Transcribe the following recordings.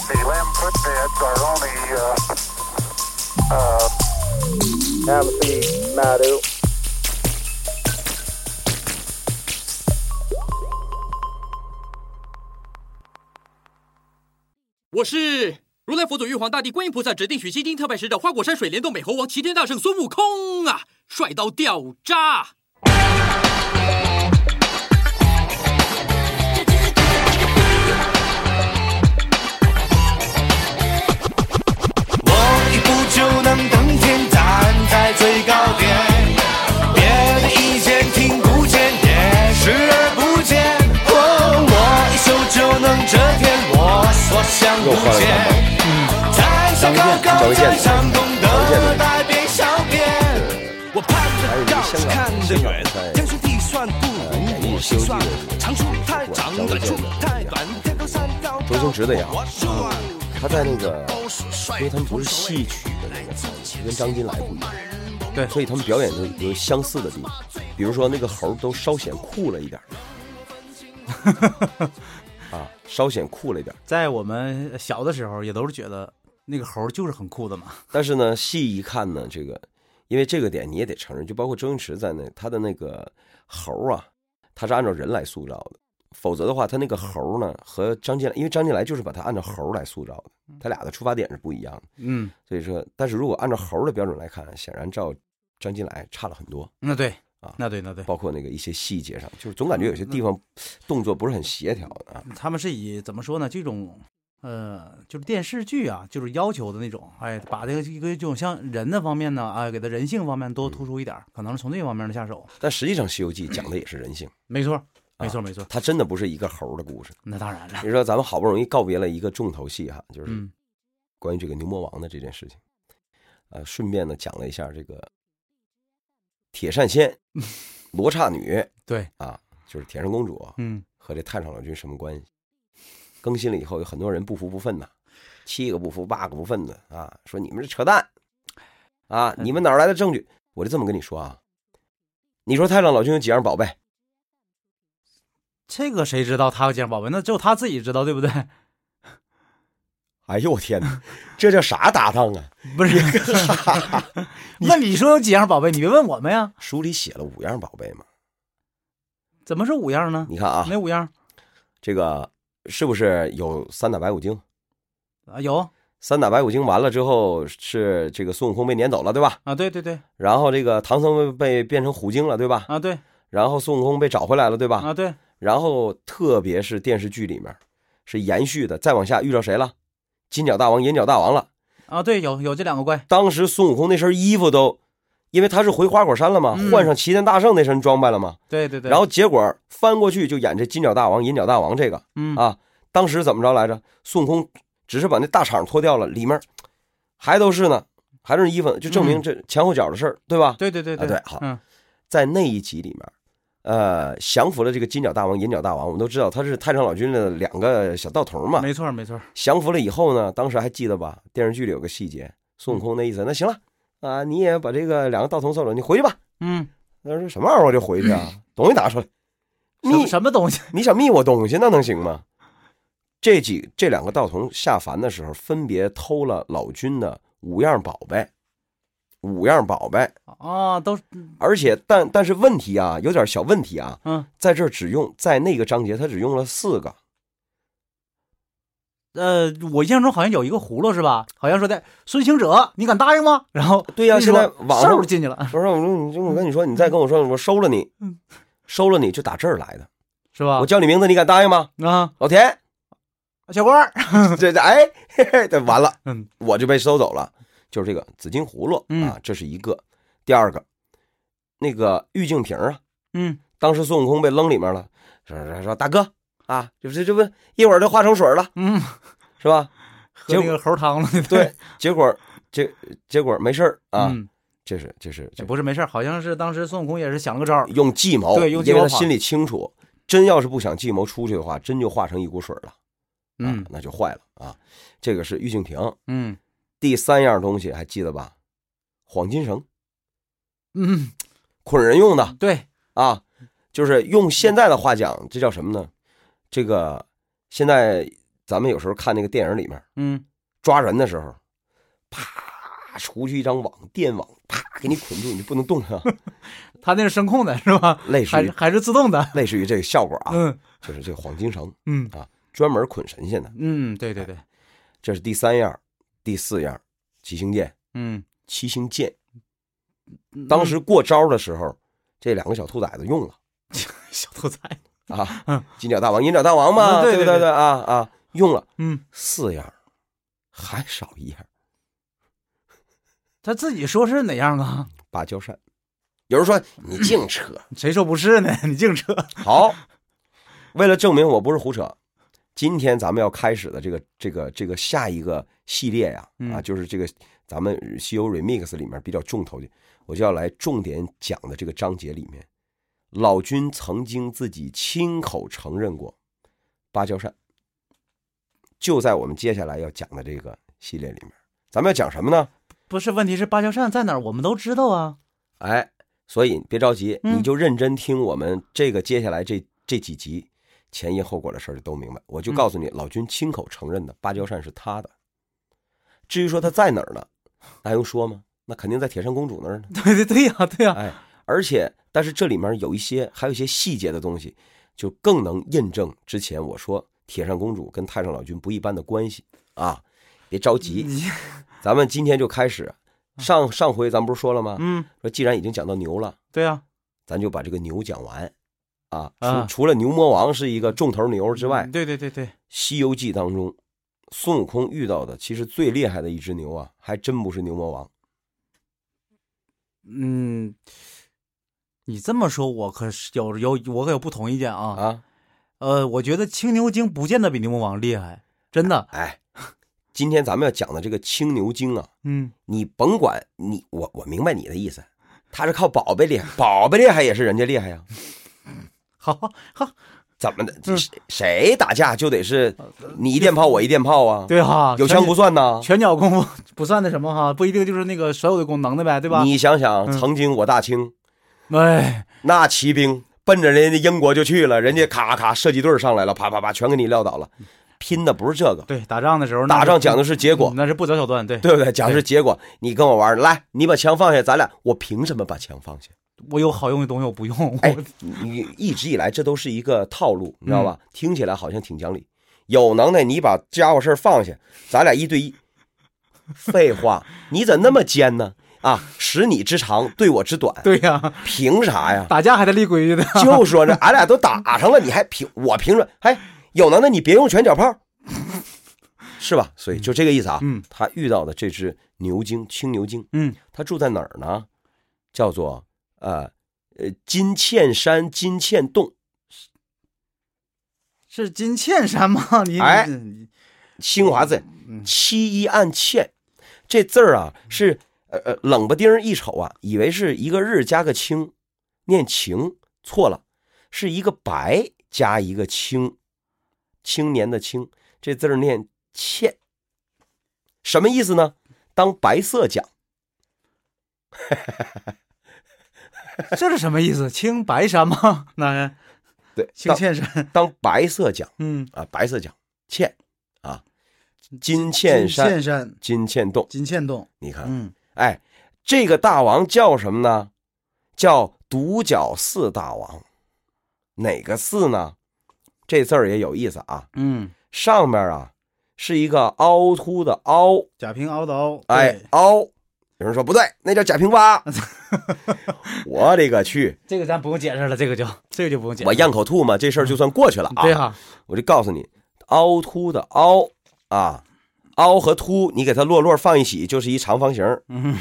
quit bids are only, uh, uh, Amity, Madu, 我是如来佛祖、玉皇大帝、观音菩萨指定取西经特派使者花果山水帘洞美猴王、齐天大圣孙悟空啊，帅到掉渣！我嗯一步就能登天，站在最高点，别的意见听不见，也视而不见。哦，我一手就能遮天，我所向无前。嗯台上高高在上，懂得带边小便。我盼得高，看得远，天数地算不如我心算，长处太长，短处太短，天高山高。周星驰的呀我算他在那个，因为他们不是嗯戏曲的那个，跟张金来不一样，对所以他们表演的有相似的地方，比如说那个猴都稍显酷了一点儿，啊，稍显酷了一点儿。在我们小的时候也都是觉得那个猴就是很酷的嘛。但是呢，细一看呢，这个因为这个点你也得承认，就包括周星驰在内，他的那个猴啊，他是按照人来塑造的，否则的话，他那个猴呢和张进来，因为张进来就是把他按照猴来塑造的，他俩的出发点是不一样的。嗯，所以说，但是如果按照猴儿的标准来看，显然照张金来差了很多，那对啊那对那对，包括那个一些细节上，就是总感觉有些地方动作不是很协调的啊。他们是以怎么说呢？这种呃，就是电视剧啊，就是要求的那种，哎，把这个一个这种像人的方面呢，啊，给他人性方面多突出一点儿，可能是从这方面的下手。但实际上，《西游记》讲的也是人性，没错，啊没错，没错。它真的不是一个猴儿的故事。那当然了，你说，咱们好不容易告别了一个重头戏哈，就是嗯，关于这个牛魔王的这件事情，呃，顺便呢讲了一下这个铁扇 仙、罗刹女对，啊，就是铁扇公主嗯，和这太上老君什么关系？更新了以后，有很多人不服不忿呐，七个不服，八个不忿的啊，说你们是扯淡啊，嗯你们哪儿来的证据？我就这么跟你说啊，你说太上老君有几样宝贝？这个谁知道他有几样宝贝？那只有他自己知道，对不对？哎呦我天哪，这叫啥搭档啊？ 不 是，问你说有几样宝贝，你别问我们呀？书里写了五样宝贝嘛，怎么是五样呢？你看啊，哪五样这个是不是有三打白骨精？啊？有三打白骨精完了之后是这个孙悟空被撵走了，对吧？啊，对对对然后这个唐僧被变成虎精了，对吧？啊，对然后孙悟空被找回来了，对吧？啊，对，然后特别是电视剧里面是延续的，再往下遇到谁了？金角大王、银角大王了。啊，对，有有这两个怪，当时孙悟空那身衣服都，因为他是回花果山了嘛，嗯换上齐天大圣那身装扮了嘛，对对对。然后结果翻过去就演这金角大王、银角大王这个嗯啊，当时怎么着来着？孙悟空只是把那大氅脱掉了，里面还都是呢，还是衣服，就证明嗯这前后脚的事儿，对吧？对对对啊对好嗯在那一集里面，呃，降服了这个金角大王、银角大王。我们都知道他是太上老君的两个小道童嘛。没错没错，降服了以后呢，当时还记得吧？电视剧里有个细节，孙悟空那意思，那行了啊，你也把这个两个道童送走，你回去吧。嗯，他说什么玩意儿我就回去啊？ 东西拿出来，什你么什么东西？你想密我东西，那能行吗？这几这两个道童下凡的时候，分别偷了老君的五样宝贝，五样宝贝。啊，都是而且，但但是问题啊，有点小问题啊。嗯在这儿只用在那个章节，他只用了四个，呃，我印象中好像有一个葫芦是吧？好像说的孙行者，你敢答应吗？然后对呀一说现在网上兽进去了我说我说你我跟你说，你再跟我说，我收了你嗯，收了你就打这儿来的。是吧我？叫你名字，你敢答应吗？啊，老田，小官儿， 这这哎，嘿嘿，这完了，嗯，我就被收走了。就是这个紫金葫芦嗯啊，这是一个。第二个，那个玉净瓶啊，嗯，当时孙悟空被扔里面了，说说说大哥啊，这这这不一会儿就化成水了，嗯， 是吧？喝那个猴汤了，对，结果结结果没事儿啊，嗯，这是这是这也不是没事儿，好像是当时孙悟空也是想了个招儿，用计谋，对用计谋因为他法心里清楚，真要是不想计谋出去的话，真就化成一股水了，啊、嗯那就坏了啊。这个是玉净瓶，嗯第三样东西还记得吧？黄金绳，嗯，捆人用的对，啊，就是用现在的话讲，这叫什么呢？这个现在咱们有时候看那个电影里面，嗯抓人的时候，啪出去一张网，电网，啪给你捆住，你就不能动 了，他那是声控的是吧？类似还是于还是自动的？类似于这个效果啊，嗯就是这个黄金绳嗯啊，专门捆神仙的。嗯，对对对，这是第三样，第四样，七星剑，嗯，七星剑。嗯当时过招的时候，这两个小兔崽子用了小兔崽，啊，金角大王、银角大王嘛，嗯对不对对对啊啊，用了嗯，四样，还少一样他自己说是哪样啊？芭蕉扇。有人说你净扯，谁说不是呢？ 你净扯， 好，为了证明我不是胡扯，今天咱们要开始的这个这个这个下一个系列呀、啊，嗯就是这个咱们《西游 Remix》里面比较重头的，我就要来重点讲的这个章节里面，老君曾经自己亲口承认过芭蕉扇，就在我们接下来要讲的这个系列里面，咱们要讲什么呢？不是？问题是芭蕉扇在哪儿？我们都知道啊。哎，所以别着急，嗯你就认真听我们这个接下来这这几集前因后果的事儿就都明白。我嗯就告诉你，老君亲口承认的芭蕉扇是他的。至于说他在哪儿呢，那还用说吗？那肯定在铁扇公主那儿呢。对对对呀、对呀、哎，而且但是这里面有一些还有一些细节的东西，就更能印证之前我说铁扇公主跟太上老君不一般的关系啊！别着急，你咱们今天就开始。啊上上回咱不是说了吗？嗯，说既然已经讲到牛了。对啊呀、咱就把这个牛讲完啊。除、啊除了牛魔王是一个重头牛之外，嗯对对对对，西游记》当中，孙悟空遇到的其实最厉害的一只牛啊，还真不是牛魔王。嗯，你这么说，我可是有有我可有不同意见啊。啊，呃，我觉得青牛精不见得比牛魔王厉害，真的。哎，今天咱们要讲的这个青牛精啊，嗯，你甭管你我我明白你的意思，他是靠宝贝厉害，宝贝厉害也是人家厉害呀、 好好，怎么的？嗯谁谁打架就得是你一电炮我一电炮啊？，呃对哈、有枪不算呐。拳脚功夫 不算那什么哈，不一定就是那个所有的功能的呗，对吧？你想想，嗯曾经我大清哎，那骑兵奔着人家英国就去了，人家咔咔射击队上来了，啪啪啪全给你撂倒了，拼的不是这个，对，打仗的时候那打是仗讲的是结果嗯，那是不择手段，对，对不对？讲的是结果。你跟我玩儿，来，你把枪放下，咱俩，我凭什么把枪放下？我有好用的东西我不用， 我哎，你一直以来这都是一个套路，你知道吧？嗯听起来好像挺讲理，有能耐你把家伙事儿放下，咱俩一对一。废话，你怎那么奸呢？啊，使你之长，对我之短， 对呀、凭啥呀？打架还得立规矩 的，就说这，俺俩都打上了，你还凭我凭着？哎，有能耐你别用拳脚炮， 是吧？所以就这个意思啊。嗯，他遇到的这只牛精，青牛精，嗯，它住在哪儿呢？叫做呃呃金嵌山金嵌洞， 是金嵌山 吗？你哎你新华字嗯七一按嵌，这字儿啊是呃呃冷不丁儿一瞅啊，以为是一个日加个清，念晴，错了，是一个白加一个青，青年的青，这字儿念嵌，什么意思呢？当白色讲，这是什么意思？青白山 吗？那对，青当嵌山，当白色讲 嗯，啊，白色讲嵌啊，金嵌山，嵌山，金嵌洞，金嵌洞，你看，嗯，哎，这个大王叫什么呢？叫独角四大王。哪个四呢？这字儿也有意思啊。嗯，上面啊是一个凹凸的凹，贾平凹刀，哎，凹。有人说不对，那叫贾平凹。我的个去！这个咱不用解释了，这个就 这个就不用解释。我咽口吐沫，这事儿就算过去了啊。对哈，我就告诉你，凹凸的凹啊，凹和凸，你给它落落放一起，就是一长方形。嗯，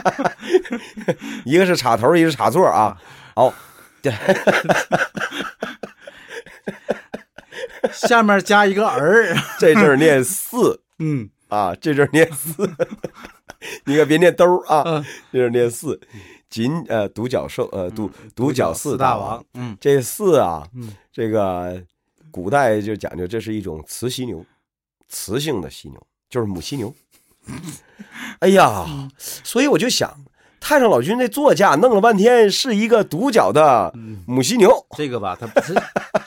一个是插头，一个是插座啊。凹， 下面加一个儿，这阵 儿念四嗯，啊，这阵儿念四， 你可别念兜儿啊，嗯这阵儿念四，金呃独角兽呃独独角四大王，，嗯，这四啊嗯，这个古代就讲究，这是一种雌犀牛，雌性的犀牛，就是母犀牛。哎 嗯呀，所以我就想，太上老君嗯这座驾弄了半天是一个独角的母犀牛， 这个吧，它不是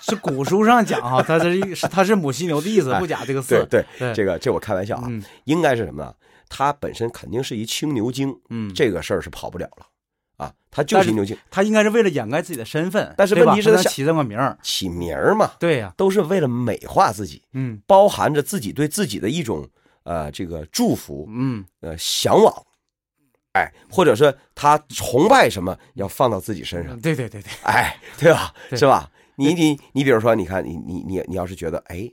是古书上讲哈，它是是它是母犀牛的意思，不假这个对字。对，哎对这个这我开玩笑啊，嗯应该是什么呢？它本身肯定是一青牛精，嗯，这个事儿是跑不了了啊，它就但是是一牛精，他应该是为了掩盖自己的身份，但是对吧问题是他他能起这么名儿，起名儿嘛，对呀，都是为了美化自己，嗯包含着自己对自己的一种呃这个祝福，嗯，呃向往，哎，或者是他崇拜什么，要放到自己身上，对 对对对，哎，对吧？对是吧？你你你，比如说，你看你你你你要是觉得，哎，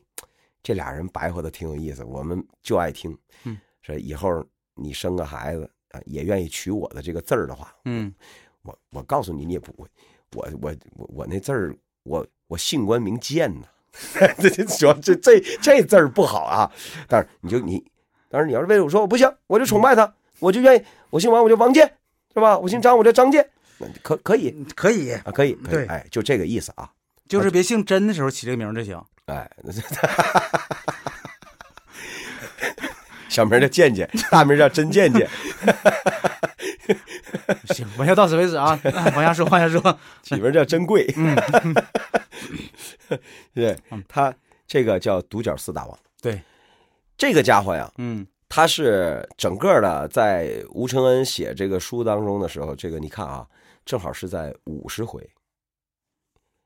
这俩人白活的挺有意思，我们就爱听，嗯，说以后你生个孩子啊，也愿意取我的这个字儿的话，嗯，我我告诉你，你也不会，我我我我那字儿，我我姓关名剑呐、 这这主要这这这字儿不好啊。但是你就你，但是你要是为了我说我不行，我就崇拜他，我就愿意，我姓王我就王建，是吧？我姓张我叫张建，那可可以可以，啊，可以，可嗯对以，哎，就这个意思啊，就是别姓甄的时候起这个名儿 就行。哎，小名叫健健，大名叫真健 健，行，我先到此为 止啊，往下说，往下说。起名叫真贵，嗯对， 他这个叫独角四大王，对，这个家伙呀，嗯他是整个的在吴承恩写这个书当中的时候，这个你看啊，正好是在五十回，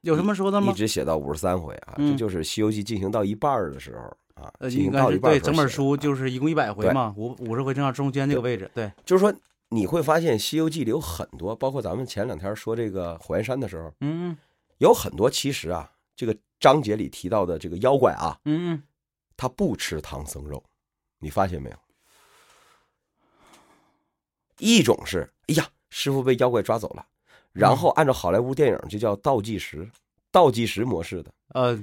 有什么说的一吗？直写到五十三回啊，嗯这就是《西游记》进行到一半儿的时候啊，呃，进应行该到是一半儿对的时啊候整本写书的就是一共一百回嘛，五五十回正好中间这个位置。对，就是说你会发现《西游记》里有很多，包括咱们前两天说这个火焰山的时候，嗯有很多其实啊，这个章节里提到的这个妖怪啊，嗯嗯，他不吃唐僧肉，你发现没有？一种是，哎呀，师傅被妖怪抓走了，然嗯后按照好莱坞电影就叫倒计时，倒计时模式的。呃，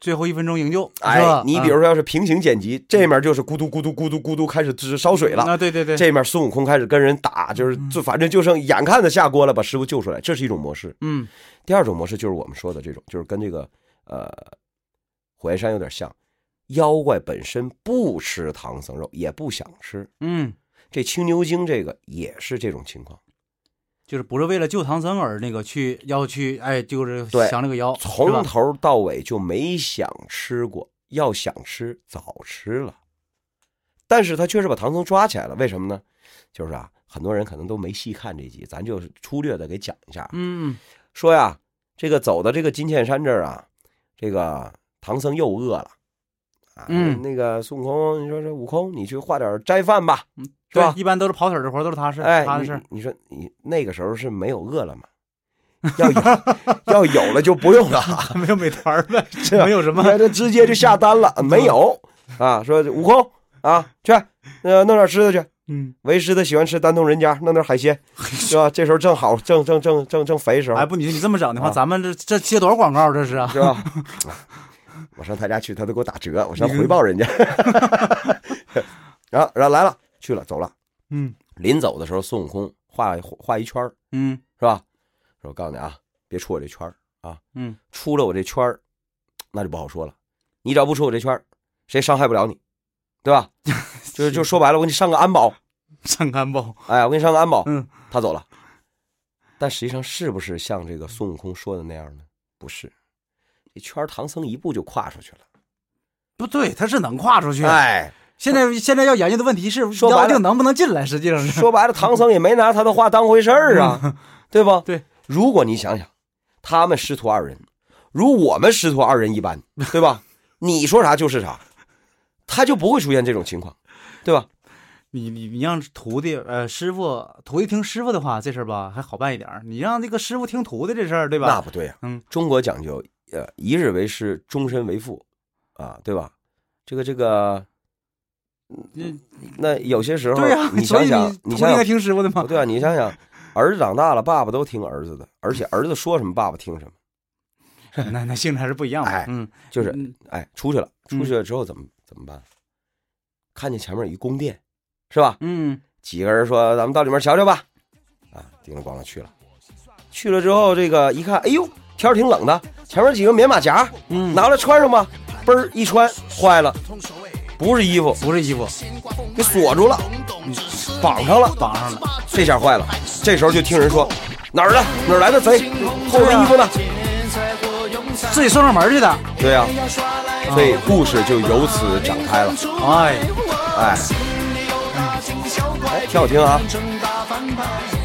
最后一分钟营救，是哎吧，嗯你比如说要是平行剪辑，这面就是咕嘟咕嘟咕嘟咕嘟开始就是烧水了，啊，对对嗯对，这面孙悟空开始跟人打，就是就反正就剩眼看着下锅了，把师傅救出来，这是一种模式。嗯第二种模式就是我们说的这种，就是跟这个呃火焰山有点像，妖怪本身不吃唐僧肉，也不想吃。嗯，这青牛精这个也是这种情况，就是不是为了救唐僧而那个去要去哎，就是对降这个妖，是吧从头到尾就没想吃过，要想吃早吃了，但是他确实把唐僧抓起来了，为什么呢？就是啊，很多人可能都没细看这集，咱就粗略的给讲一下。啊嗯说呀，这个走到这个金钱山这儿啊，这个唐僧又饿了啊。嗯那个孙悟空，你说这悟空，你去化点斋饭吧，是对吧，？一般都是跑腿儿的活儿，都是他事，哎嗯他，的你事儿。你说你那个时候是没有饿了吗？要有要有了就不用 了，没有美团儿 呗，吧没有什么你，看这直接就下单了，没有嗯啊？说悟空啊，去呃弄点吃的去，嗯，为师他喜欢吃丹东人家，弄点海鲜，是吧？这时候正好正正正正正肥时候哎，，不，你说你这么整的话，啊咱们这这接多少广告？这是啊，是吧？ 我上他家去，他都给我打折，我上回报人家。 然后，然后来了，去了，走了。嗯临走的时候，孙悟空画画一圈儿嗯是吧？说我告诉你啊，别出我这圈儿啊，嗯，出了我这圈儿，那就不好说了。你只要不出我这圈儿，谁伤害不了你，对吧？就是 就说白了，我给你上个安 保，上干包，哎，我给你上个安保。嗯，他走了。但实际上是不是像这个孙悟空说的那样呢？不是，这圈儿唐僧一步就跨出去了。不对，他是能跨 出去。哎，现在现在要研究的问题是，说白妖了精能不能进来？实际上是，说白了，唐僧也没拿他的话当回事儿啊，对不？嗯对。如果你想想，他们师徒二人，如我们师徒二人一 般，对吧？你说啥就是啥，他就不会出现这种情况，对吧？ 你你你让徒弟呃师傅徒弟听师傅的话，这事儿吧还好办一点儿。你让这个师傅听徒弟这事儿，对那吧？不对呀、嗯，中国讲究呃一日为师，终身为父，啊，对吧？这个这个，嗯，那有些时候，对呀，你所想以想，徒你弟想应该想，听师傅的嘛。对啊，你想想，儿子长大了，爸爸都听儿子的，而且儿子说什么，爸爸听什么。 那那性质还是不一样的哎。嗯，就是嗯哎，出去了，出去了之后怎么怎么办？看见前面有一宫殿，是吧？嗯几个人说：“咱们到里面瞧瞧吧。”啊，叮了咣啷去了。去了之后，这个一看，哎呦，天儿挺冷的，前面几个棉马甲，嗯，拿过来穿上吧。嘣儿一穿，坏了，不是衣服，不是衣服，给锁住了，绑上了，绑上了。这下坏了。这时候就听人说：“哪儿的？哪儿来的贼？后边衣服呢？”自己送上门去的。对啊呀、所以故事就由此展开了。哎，哎，哎，挺好听啊。正大反派。哎